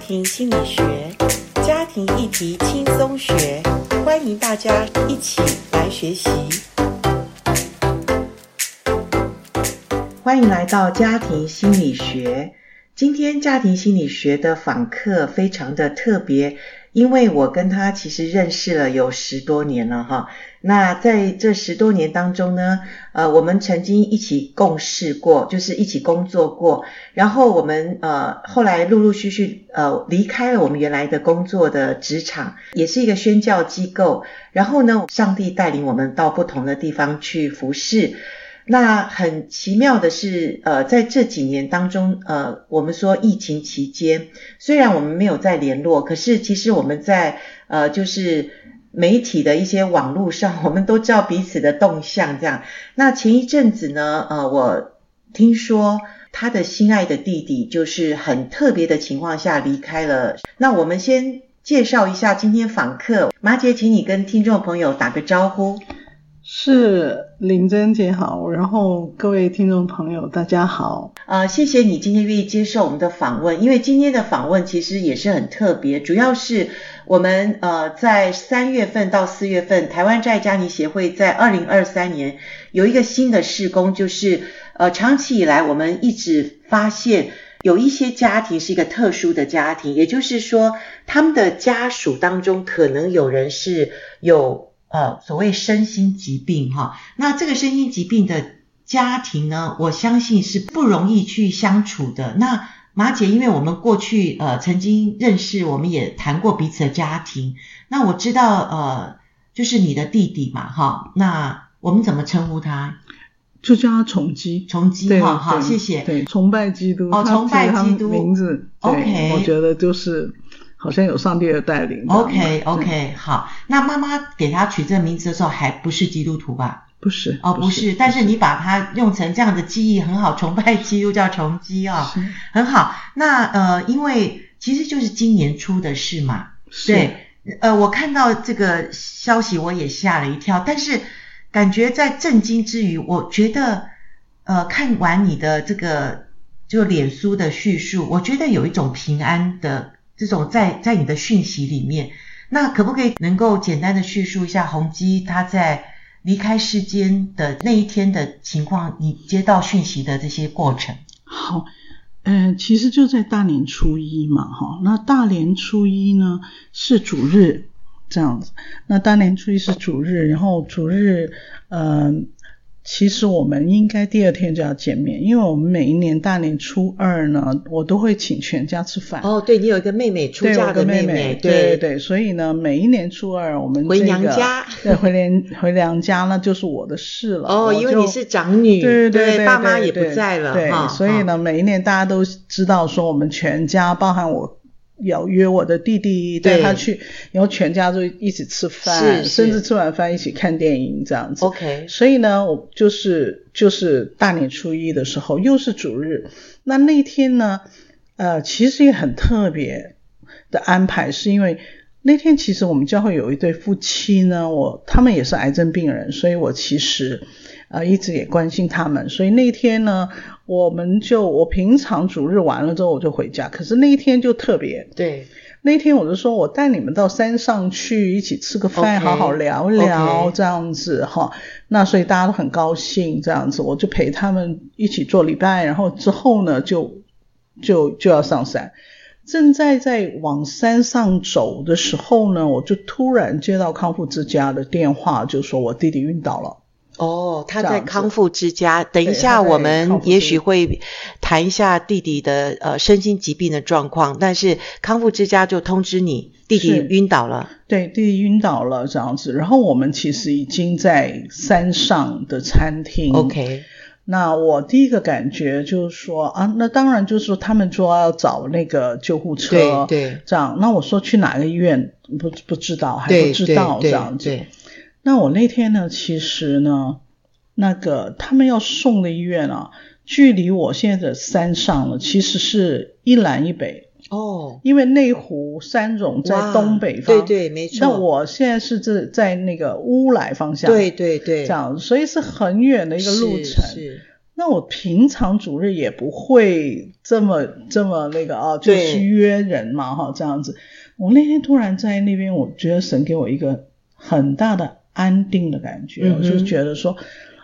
庭心理学，家庭议题轻松学，欢迎大家一起来学习。欢迎来到家庭心理学。今天家庭心理学的访客非常的特别，因为我跟他其实认识了有十多年了哈。那在这十多年当中呢，呃，我们曾经一起共事过，就是一起工作过。然后我们呃后来陆陆续续呃离开了我们原来的工作的职场，也是一个宣教机构。然后呢，上帝带领我们到不同的地方去服侍。那很奇妙的是，呃，在这几年当中，呃，我们说疫情期间，虽然我们没有再联络，可是其实我们在呃，就是媒体的一些网络上，我们都知道彼此的动向。这样，那前一阵子呢，呃，我听说他的心爱的弟弟，就是很特别的情况下离开了。那我们先介绍一下今天访客，马姐，请你跟听众朋友打个招呼。是林珍姐好，然后各位听众朋友大家好，呃，谢谢你今天愿意接受我们的访问，因为今天的访问其实也是很特别，主要是我们呃在三月份到四月份，台湾在家庭协会在二零二三年有一个新的事工，就是呃长期以来我们一直发现。有一些家庭是一个特殊的家庭，也就是说，他们的家属当中可能有人是有呃所谓身心疾病哈，那这个身心疾病的家庭呢，我相信是不容易去相处的。那马姐，因为我们过去呃曾经认识，我们也谈过彼此的家庭。那我知道呃就是你的弟弟嘛哈，那我们怎么称呼他？就叫他崇基，崇基对哈，好，对谢谢。对，崇拜基督，哦他崇拜取他基督名字对 OK 我觉得就是好像有上帝的带领吧 OK OK，好，那妈妈给他取这个名字的时候还不是基督徒吧？不是哦，不是，但是你把它用成这样的记忆很好，崇拜基督叫崇基哦，是很好。那呃，因为其实就是今年出的事嘛，是对，呃，我看到这个消息我也吓了一跳，但是感觉在震惊之余，我觉得呃，看完你的这个就脸书的叙述，我觉得有一种平安的这种在在你的讯息里面。那可不可以能够简单的叙述一下宏基他在离开世间的那一天的情况？你接到讯息的这些过程？好，嗯，其实就在大年初一嘛，哈，那大年初一呢是主日，这样子。那大年初一是主日，然后主日，嗯、其实我们应该第二天就要见面，因为我们每一年大年初二呢，我都会请全家吃饭。哦，对你有一个妹妹，出对，嫁我的跟妹妹，对对对，所以呢，每一年初二我们、这个、回娘家对，回娘回娘家那就是我的事了。哦，我因为就你是长女，对对对，爸妈也对不在了，对，哈所以，哈呢，每一年大家都知道说我们全家，包含我。要约我的弟弟对带他去，然后全家都一起吃饭，是甚至是吃完饭一起看电影这样子。 OK，所以呢，我就是就是大年初一的时候，又是主日，那那一天呢，呃，其实也很特别的安排，是因为那天其实我们教会有一对夫妻呢，我他们也是癌症病人，所以我其实呃一直也关心他们，所以那天呢，我们就我平常主日完了之后我就回家，可是那一天就特别，对，那天我就说，我带你们到山上去，一起吃个饭 OK，好好聊一聊 OK 这样子哈。那所以大家都很高兴，这样子，我就陪他们一起做礼拜，然后之后呢，就就就要上山。正在在往山上走的时候呢，我就突然接到康复之家的电话，就说我弟弟晕倒了。哦，他这在样子康复之家，等一对下他在我康们复也之许会谈一下弟弟的呃身心疾病的状况，但是康复之家就通知你弟弟是晕倒了，对，弟弟晕倒了这样子，然后我们其实已经在山上的餐厅 OK，那我第一个感觉就是说啊，那当然就是说他们说要找那个救护车，对对这样。那我说去哪个医院不不知道，还对，不知道这对样子。对，那我那天呢，其实呢，那个他们要送的医院啊，距离我现在的山上呢，其实是一南一北，哦，因为内湖三种在哇东北方，对对没错那我现在是在在那个乌来方向，对对对，这样，所以是很远的一个路是程。是那我平常主日也不会这么这么那个啊，就对是约人嘛哈，这样子。我那天突然在那边，我觉得神给我一个很大的安定的感觉，嗯哼我就觉得说，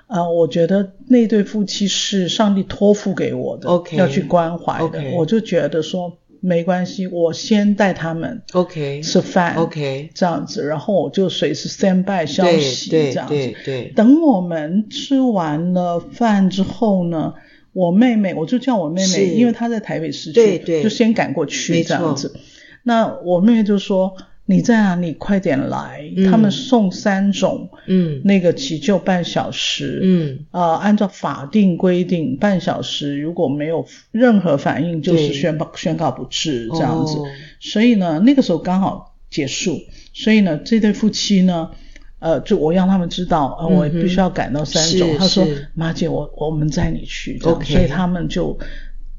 啊、我觉得那对夫妻是上帝托付给我的 OK 要去关怀的 OK 我就觉得说没关系，我先带他们 OK 吃饭 OK，这样子，然后我就随时 stand by 消对息这对样子对。对，等我们吃完了饭之后呢，我妹妹我就叫我妹是妹，因为她在台北市区，对对就先赶过去没这错样子。那我妹妹就说：“你在哪里？快点来！”嗯他们送三种嗯那个急救半小时。嗯，呃，按照法定规定，半小时如果没有任何反应，就对是宣告宣告不治这样子。哦所以呢，那个时候刚好结束，所以呢，这对夫妻呢，呃，就我让他们知道，呃，嗯哼我必须要赶到三种。是他说是：“马姐，我我们载你去。这样 OK 所以他们就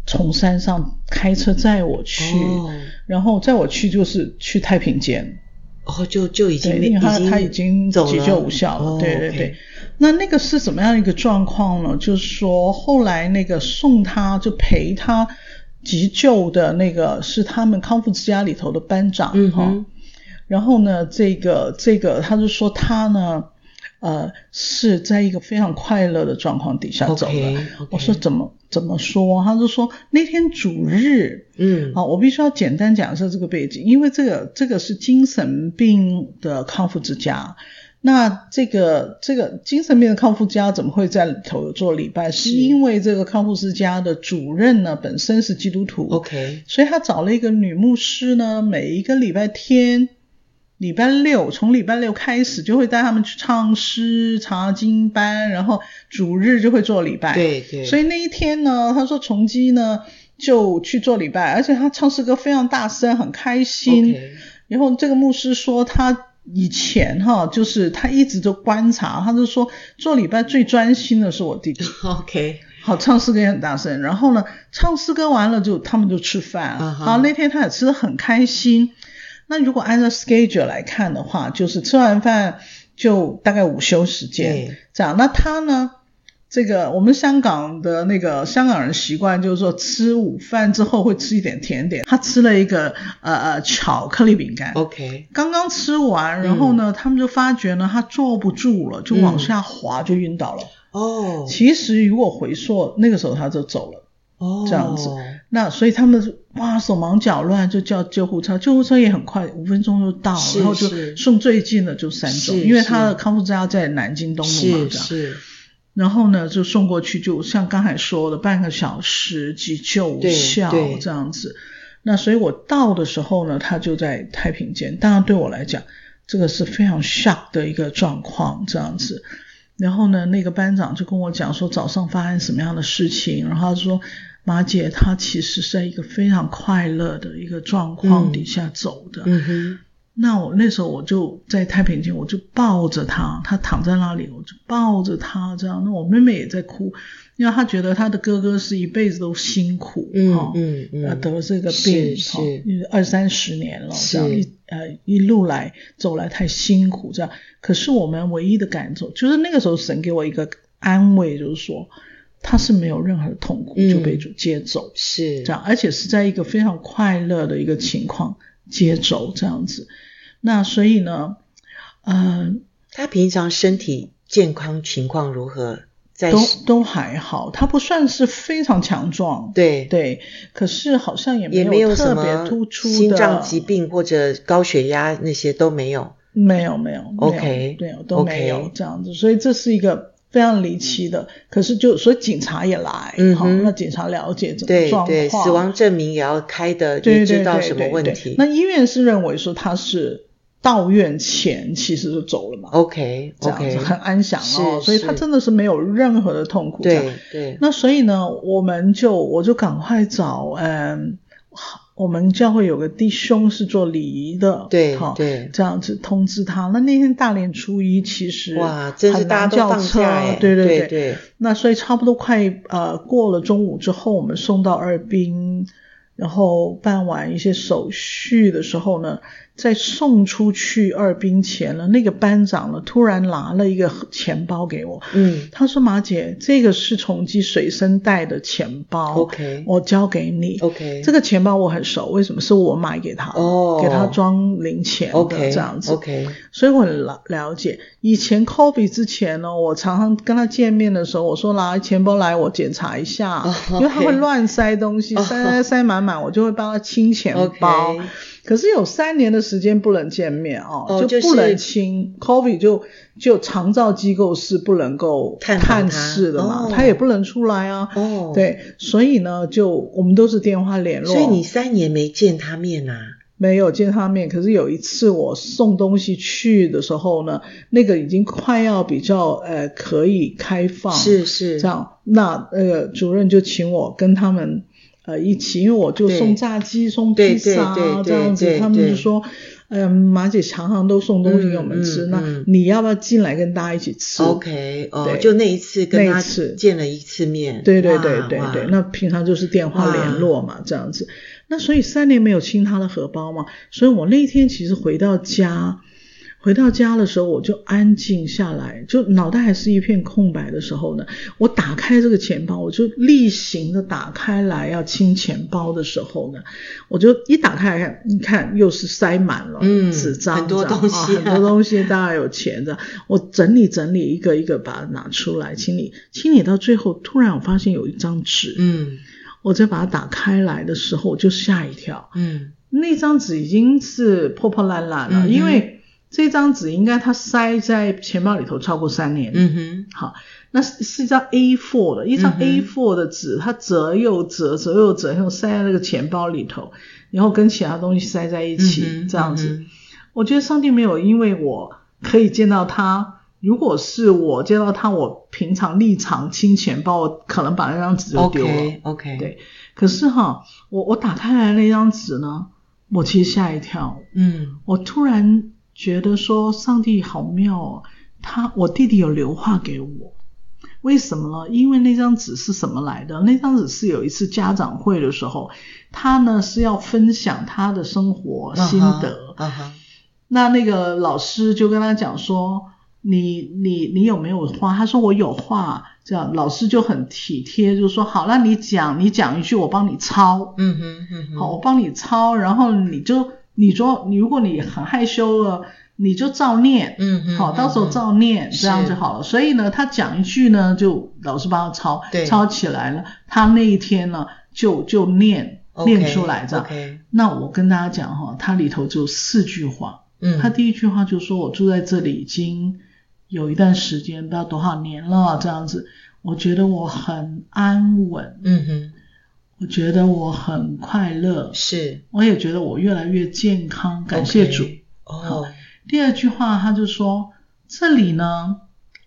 从山上开车载我去，哦然后载我去就是去太平间。哦，就就已经对，因为他已经他已经走嗯急了救无效了，哦对对 OK 对。那那个是怎么样一个状况呢？就是说后来那个送他就陪他急救的那个是他们康复之家里头的班长，嗯哈哼，然后呢，这个这个他就说他呢。呃，是在一个非常快乐的状况底下走的。 OK，OK 我说怎么怎么说？啊他就说那天主日，啊嗯好，我必须要简单讲一下这个背景，因为这个这个是精神病的康复之家。那这个这个精神病的康复之家怎么会在里头做礼拜？是因为这个康复之家的主任呢本身是基督徒 OK 所以他找了一个女牧师呢，每一个礼拜天、礼拜六，从礼拜六开始就会带他们去唱诗、查经班，然后主日就会做礼拜。对对，哎所以那一天呢，他说崇基呢就去做礼拜，而且他唱诗歌非常大声，很开 心。 OK 然后这个牧师说他。以前哈，就是他一直都观察，他就说做礼拜最专心的是我弟弟， OK 好唱诗歌也很大声。然后呢，唱诗歌完了就他们就吃饭啊了。哈好，那天他也吃的很开心。那如果按照 schedule 来看的话，就是吃完饭就大概午休时间对这样。那他呢，这个我们香港的那个香港人习惯就是说吃午饭之后会吃一点甜点，他吃了一个呃呃巧克力饼干。 OK 刚刚吃完，然后呢，他们就发觉呢，他坐不住了，就往嗯下滑，就晕倒了。哦 其实如果回溯，那个时候他就走了。哦这样子那所以他们是哇手忙脚乱就叫救护车，救护车也很快，五分钟就到了，是然后就是送最近的就三中，是因为他是的康复之家在南京东路嘛，哦是这样。是然后呢就送过去，就像刚才说的半个小时急救无对效对这样子。那所以我到的时候呢，他就在太平间，当然对我来讲，这个是非常 shock 的一个状况这样子。然后呢，那个班长就跟我讲说早上发生什么样的事情，然后他说马姐她其实是在一个非常快乐的一个状况嗯底下走的，嗯哼那我那时候我就在太平间，我就抱着他，他躺在那里，我就抱着他这样。那我妹妹也在哭，因为她觉得她的哥哥是一辈子都辛苦，嗯哦嗯呃嗯得了这个是病，是哈二三十年了，是这样一呃一路来走来太辛苦，这样。可是我们唯一的感受就是那个时候神给我一个安慰，就是说他是没有任何的痛苦嗯就被主接走，是这样，而且是在一个非常快乐的一个情况接走这样子。那所以呢，呃，他平常身体健康情况如何？在都都还好，他不算是非常强壮，对对，可是好像也也没有什特么别突出的心脏疾，病或者高血压那些都没有。没有没有没有 OK，没有都没有 OK 这样子，所以这是一个。非常离奇的，可是就所以警察也来，嗯好，哼那警察了解整个对状况，对，死亡证明也要开的，对你对知道对什么对问对题那医院是认为说他是到院前其实就走了嘛？OK 这样哦 OK，子很安详哦，是所以他是真的是没有任何的痛苦。这样对对，那所以呢，我们就我就赶快找嗯，我们教会有个弟兄是做礼仪的，对好，对这样子通知他。那那天大年初一，其实哇，真是很大家难都叫放车哦假哎，，对对对。那所以差不多快呃过了中午之后，我们送到二滨，然后办完一些手续的时候呢，在送出去二兵前了，那个班长了突然拿了一个钱包给我，嗯他说：“马姐，这个是崇基随身带的钱包，OK 我交给你。 OK，这个个钱包我很熟，为什么？是我买给他，哦，给他装零钱的 OK 这样子。 OK，所以我很了了解。以前 Kobe 之前呢，我常常跟他见面的时候，我说拿钱包来，我检查一下哦，OK 因为他会乱塞东西，哦塞塞塞满满，我就会帮他清钱 OK 包。可是有三年的时间不能见面哦，哦就就是不能清。Kobe 就就长照机构是不能够探访他探视的嘛，哦他也不能出来啊。哦，，对，所以呢，就我们都是电话联络。所以你三年没见他面啊啦，没有见他面，可是有一次我送东西去的时候呢，那个已经快要比较呃可以开放，是是这，样，那呃主任就请我跟他们呃一起，因为我就对送炸鸡、送对披萨啊对对这样子，对他们对就说，嗯、马姐常常都送东西给我们嗯吃，嗯那嗯你要不要进来跟大家一起吃 OK，哦，对就那一次跟那他一次见了一次面，对对哇对对哇对，那平常就是电话联络嘛，这样子。那所以三年没有清他的荷包嘛，所以我那天其实回到家，回到家的时候我就安静下来，就脑袋还是一片空白的时候呢，我打开这个钱包，我就例行的打开来要清钱包的时候呢，我就一打开来看，你看又是塞满了嗯纸张，很多这样东西啊很多东西，大家有钱的，我整理整理，一个一个把它拿出来清理，清理到最后，突然我发现有一张纸，嗯我再把它打开来的时候，我就吓一跳，嗯那张纸已经是破破烂烂了，嗯哼因为这张纸应该它塞在钱包里头超过三年，嗯哼，好，那是是一张 A4 的，一张嗯哼 A4 的纸，它折又折，折又折，又塞在那个钱包里头，然后跟其他东西塞在一起，嗯哼这样嗯子。，哼我觉得上帝没有因为我可以见到他，如果是我见到他，我平常立场清钱包，我可能把那张纸就丢了。 OK OK，对可是哈，我我打开来那张纸呢，我其实吓一跳，嗯我突然觉得说，上帝好妙哦，他我弟弟有留话给我。为什么呢？因为那张纸是什么来的？那张纸是有一次家长会的时候，他呢是要分享他的生活心得，啊哈，那那个老师就跟他讲说，你你你有没有画？他说我有画，这样老师就很体贴，就说好，那你讲你讲一句，我帮你抄，嗯哼嗯哼，好，我帮你抄，然后你就你说你如果你很害羞了，你就照念，嗯哼，好，嗯到时候哼照念，这样是就好了。所以呢，他讲一句呢，就老师帮他抄对，抄起来了，他那一天呢就就念 OK，念出来这样。 OK，那我跟大家讲哈、它里头只有四句话。嗯，他第一句话就说：“我住在这里已经有一段时间，不知道多少年了，嗯这样子，我觉得我很安稳，嗯哼我觉得我很快乐，是，我也觉得我越来越健康，感谢主。 OK，哦，第二句话他就说：“这里呢，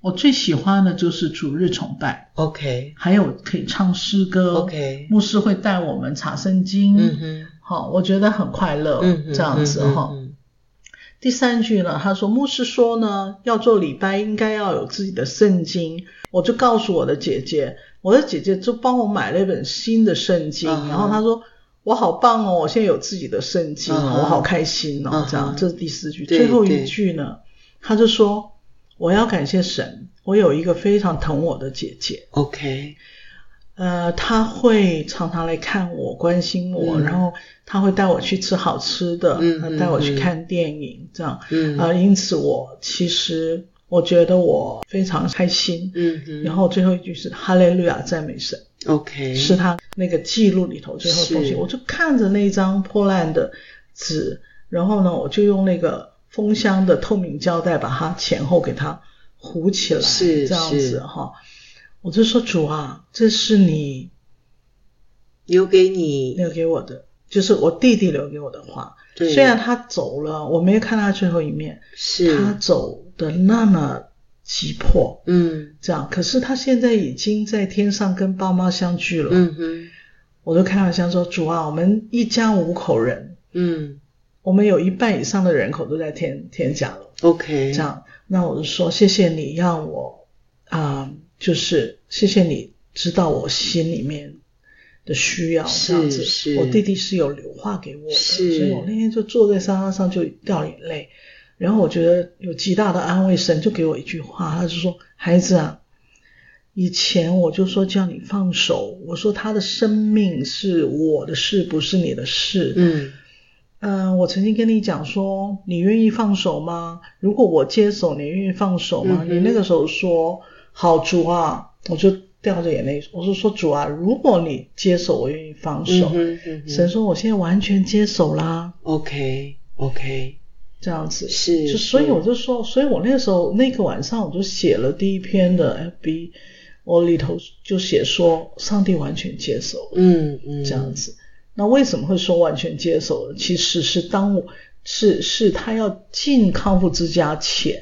我最喜欢的就是主日崇拜， OK 还有可以唱诗歌 OK，牧师会带我们查圣经，嗯哼，好，我觉得很快乐，嗯哼，这样子哈。嗯第三句呢，他说牧师说呢，要做礼拜应该要有自己的圣经。我就告诉我的姐姐，我的姐姐就帮我买了一本新的圣经，嗯哼然后她说我好棒哦，我现在有自己的圣经，嗯哼我好开心哦。嗯哼这样，这是第四句。对最后一句呢，他就说我要感谢神，我有一个非常疼我的姐姐， OK，呃，她会常常来看我，关心我，嗯然后她会带我去吃好吃的，嗯她嗯带我去嗯看电影，这样。嗯啊、因此我其实我觉得我非常开心。嗯哼，然后最后一句是哈利路亚赞美神， OK 是他那个记录里头最后的东西。是我就看着那张破烂的纸，然后呢，我就用那个封箱的透明胶带把它前后给它糊起来，是这样是子哈。我就说主啊，这是你留给你，留给我的，就是我弟弟留给我的话。对，虽然他走了，我没有看他最后一面，是他走的那么急迫，嗯这样，可是他现在已经在天上跟爸妈相聚了。，嗯哼，我就开玩笑说：“主啊，我们一家五口人，嗯我们有一半以上的人口都在天天家了。 ，OK，这样，那我就说谢谢你让我啊、就是谢谢你知道我心里面的需要，是这样子。是我弟弟是有留话给我的，是所以我那天就坐在沙发上就掉眼泪。然后我觉得有极大的安慰，神就给我一句话，他就说：“孩子啊，以前我就说叫你放手，我说他的生命是我的事，不是你的事。嗯嗯，我曾经跟你讲说，你愿意放手吗？如果我接手，你愿意放手吗？嗯哼你那个时候说，好主啊，我就掉着眼泪，我就说主啊，如果你接手，我愿意放手。嗯哼神说，我现在完全接手啦， ，OK OK，这样子。是，就所以我是就说，所以我那时候那个晚上我就写了第一篇的 FB，我里头就写说，上帝完全接手。嗯嗯这样子。那为什么会说完全接手呢？其实是当我是是他要进康复之家前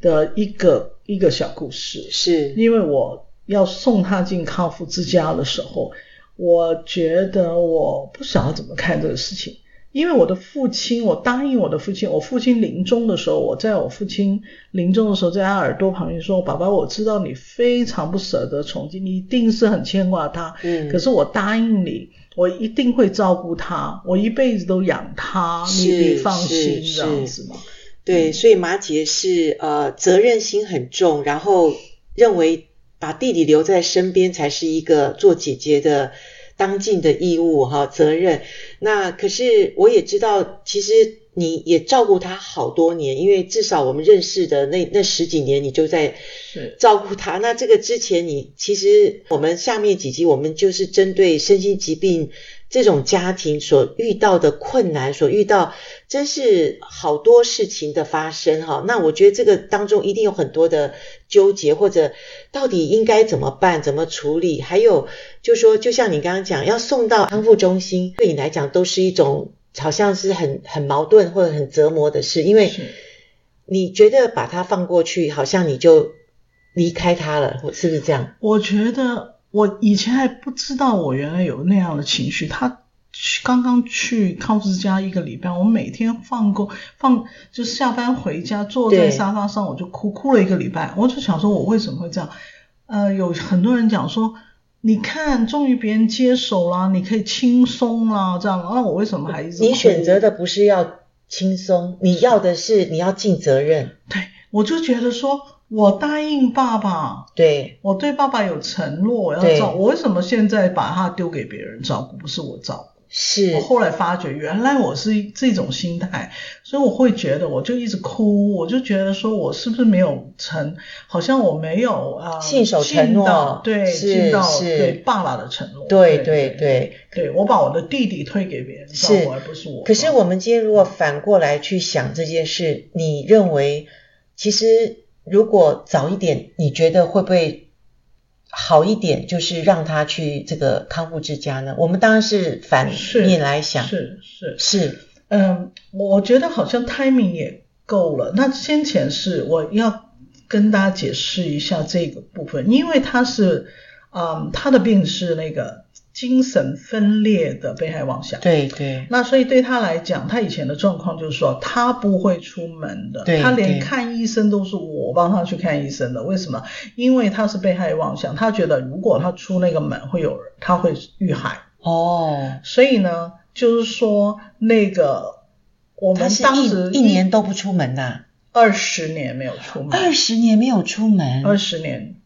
的一个一个小故事，是，嗯因为我要送他进康复之家的时候，我觉得我不晓得怎么看这个事情。因为我的父亲，我答应我的父亲，我父亲临终的时候，我在我父亲临终的时候，在他耳朵旁边说：“爸爸，我知道你非常不舍得崇敬，你一定是很牵挂他，嗯，可是我答应你，我一定会照顾他，我一辈子都养他，你是你放心是这样子嘛？对，所以马姐是呃责任心很重，然后认为把弟弟留在身边才是一个做姐姐的当尽的义务哈、责任。那可是我也知道，其实你也照顾他好多年，因为至少我们认识的那那十几年，你就在是照顾他。那这个之前你，其实我们下面几集我们就是针对身心疾病这种家庭所遇到的困难，所遇到真是好多事情的发生哈。那我觉得这个当中一定有很多的纠结，或者到底应该怎么办、怎么处理，还有就说，就像你刚刚讲，要送到康复中心，对你来讲都是一种好像是很很矛盾或者很折磨的事，因为。是你觉得把他放过去，好像你就离开他了，我是不是这样？我觉得我以前还不知道我原来有那样的情绪，他。去刚刚去康复之家一个礼拜，我每天放工放就是下班回家，坐在对沙发上我就哭哭了一个礼拜。我就想说，我为什么会这样？呃，有很多人讲说，你看，终于别人接手啦，你可以轻松啦，这样。那我为什么还一直你哭选择的不是要轻松，你要的是你要尽责任。对，我就觉得说，我答应爸爸，对，我对爸爸有承诺，我要对照。我为什么现在把他丢给别人照顾，不是我照顾？是我后来发觉，原来我是这种心态，所以我会觉得，我就一直哭，我就觉得说我是不是没有承，好像我没有啊、呃、信守承尽到诺对，是尽到是对爸爸的承诺，对对对对。对我把我的弟弟推给别人照是顾，而不是我照顾。可是我们今天如果反过来去想这件事，你认为其实如果早一点，你觉得会不会好一点？就是让他去这个康复之家呢？我们当然是反是面来想，是是是嗯，我觉得好像 timing 也够了。那先前是我要跟大家解释一下这个部分，因为他是，嗯，他的病是那个精神分裂的被害妄想。对对，那所以对他来讲，他以前的状况就是说，他不会出门的对，他连对看医生都是我帮他去看医生的。为什么？因为他是被害妄想，他觉得如果他出那个门，会有人，他会遇害。哦，所以呢，就是说那个我他们是当一时一年都不出门呐、二十年没有出门，二十年没有出门，嗯二十年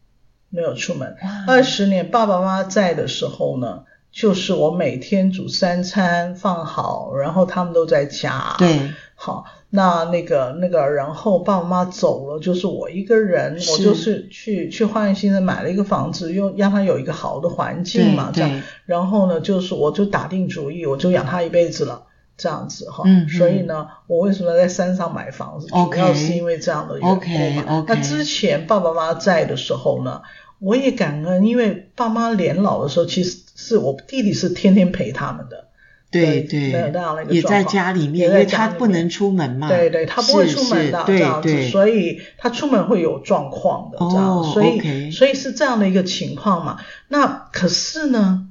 没有出门，哇二十年爸爸妈妈在的时候呢，就是我每天煮三餐放好，然后他们都在家，，对好。那那个那个，然后爸爸妈妈走了，就是我一个人，是我就是去去花园新生买了一个房子，又让他有一个好的环境对嘛，这样对，然后呢，就是我就打定主意，我就养他一辈子了，这样子哈。嗯嗯所以呢，我为什么在山上买房子 OK 主要是因为这样的缘故嘛。 OK，OK 那之前爸爸妈妈在的时候呢，我也感恩，因为爸妈年老的时候，其实是我弟弟是天天陪他们的。对对对那样的一，个也状在况家里面，也因在为家他里面不能出门嘛，对对，他不会是出门是的，对这样子，对所以他出门会有状况的，哦这样，所以、 OK 所以是这样的一个情况嘛。那可是呢，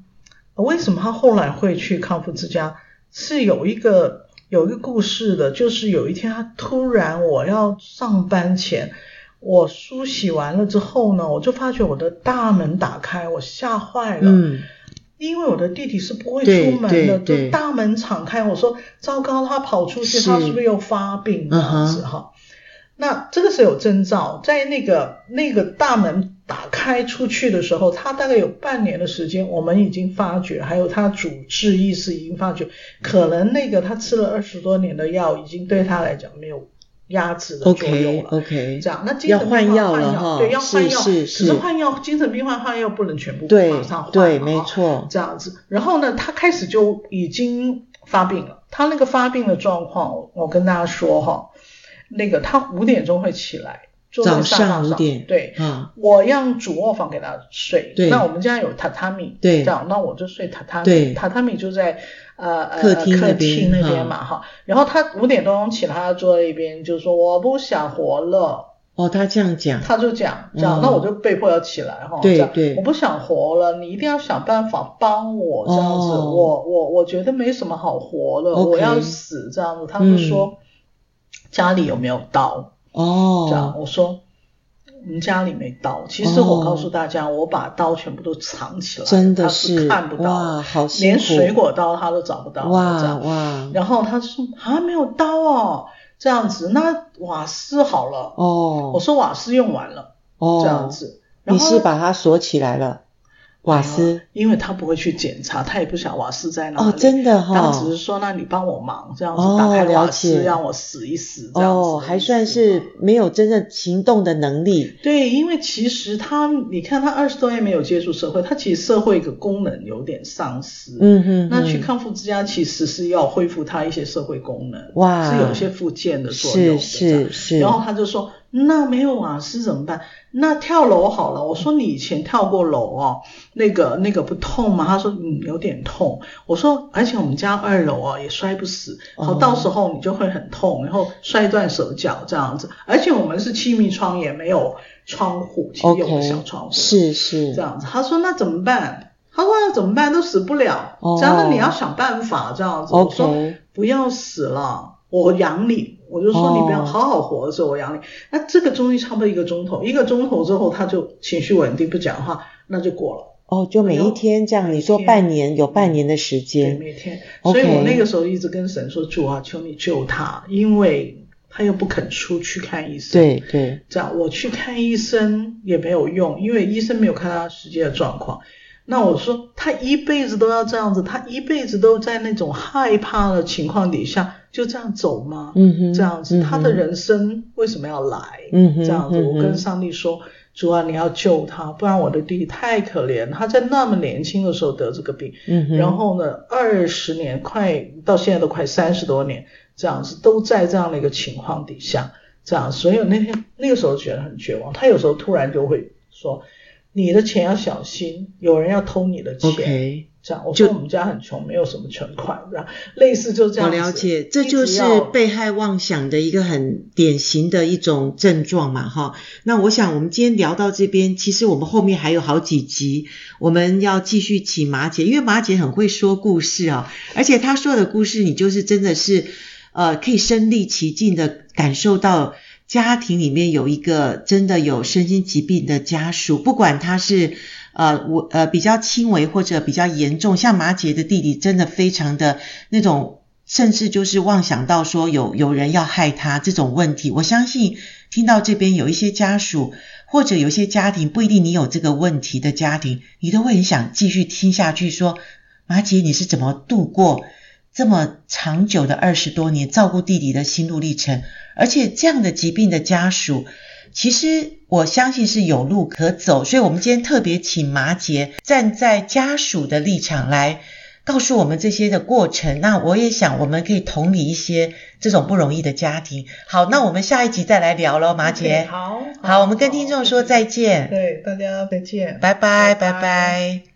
为什么他后来会去康复之家？是有一个有一个故事的，就是有一天他突然我要上班前。我梳洗完了之后呢，我就发觉我的大门打开，我吓坏了。嗯，因为我的弟弟是不会出门的，对对就对大门敞开，我说糟糕，他跑出去，是他是不是又发病这嗯样哼子哈？那这个是有征兆，在那个那个大门打开出去的时候，他大概有半年的时间，我们已经发觉，还有他主治医师已经发觉，可能那个他吃了二十多年的药，已经对他来讲没有压制的作用，OK 了。 OK，这样，那精神病患要换药了换哈对，要换药，是是只是是换药，精神病患换药不能全部对马上换啊对，嘛没哈错，这样子。然后呢，他开始就已经发病了。他那个发病的状况，我我跟大家说哈，那个他五点钟会起来，坐在早沙发上五点对。啊，我让主卧房给他睡，对那我们家有榻榻米，对这样，那我就睡榻榻米，对榻榻米就在呃呃客厅客那边厅那边嗯嘛哈，然后他五点钟起来，他坐在一边就说我不想活了，哦，他这样讲，他就讲这样，嗯那我就被迫要起来哈。对这样对我不想活了，你一定要想办法帮我这样子，哦我我我觉得没什么好活了 OK 嗯我要死这样子。他们说、家里有没有刀？这样哦，我说我们家里没刀。其实我哦告诉大家，我把刀全部都藏起来，真的他是看不到哇，的，好辛连苦，水果刀他都找不到，这哇样。哇，然后他就说啊没有刀哦，这样子，那瓦斯好了。我哦说瓦斯用完了。哦，这样子。然你后哎是把它锁起来了，瓦斯，因为他不会去检查，他也不晓得瓦斯在哪里。哦，真的哈、当时是说，那你帮我忙，这样子哦打开瓦了斯，解让我死一死，这样子。哦，还算是。没有真正行动的能力，对，因为其实他，你看他二十多年没有接触社会，他其实社会的功能有点丧失。，嗯哼，那去嗯康复之家其实是要恢复他一些社会功能，哇是有一些复健的作用是的。这样是是，然后他就说：“那没有瓦斯怎么办？那跳楼好了。”我说：“你以前跳过楼哦，那个那个不痛吗？”他说：“嗯，有点痛。”我说：“而且我们家二楼哦也摔不死，然后哦到时候你就会很痛，然后摔断手脚这样子。而且我们是气密窗，也没有窗户，其实有个 OK，小窗户是是这样子。”他说：“那怎么办？”他说：“那怎么办？都死不了，哦这样那你要想办法这样子。”我说：“ ，OK，不要死了，我养你。我就说哦你不要好好活着，我养你。那这个中医差不多一个钟头，一个钟头之后他就情绪稳定，不讲话，那就过了。哦，就每一天这样，你说每天半年有半年的时对，间，每天。所 OK 以我那个时候一直跟神说：“主啊，求你救他，因为他又不肯出去看医生。”对对，这样我去看医生也没有用，因为医生没有看他实际的状况。那我说他一辈子都要这样子，他一辈子都在那种害怕的情况底下就这样走吗？嗯哼，这样子，嗯哼他的，人生为什么要来？嗯哼，这样子，嗯哼我跟上帝说，主啊，你要救他，不然我的弟弟太可怜，他在那么年轻的时候得这个病，嗯哼，然后呢，二十年快到现在都快三十多年，这样子都在这样的一个情况底下，这样，所以我那天那个时候觉得很绝望。他有时候突然就会说，你的钱要小心，有人要偷你的钱。 OK，这样，我说就我们家很穷，没有什么存款，这样类似就这我样子。了解，这一直就是要被害妄想的一个很典型的一种症状嘛，哈。那我想我们今天聊到这边，其实我们后面还有好几集，我们要继续请马姐，因为马姐很会说故事啊、而且她说的故事，你就是真的是，呃，可以身临其境的感受到。家庭里面有一个真的有身心疾病的家属，不管他是呃我呃比较轻微或者比较严重，像马姐的弟弟真的非常的那种，甚至就是妄想到说有有人要害他这种问题。我相信听到这边有一些家属或者有一些家庭，不一定你有这个问题的家庭，你都会很想继续听下去说马姐你是怎么度过这么长久的二十多年照顾弟弟的心路历程？而且这样的疾病的家属，其实我相信是有路可走，所以我们今天特别请麻杰站在家属的立场来告诉我们这些的过程。那我也想，我们可以同理一些这种不容易的家庭。好，那我们下一集再来聊喽，麻杰。好，好，我们跟听众说再见，对大家再见，拜拜，拜拜拜拜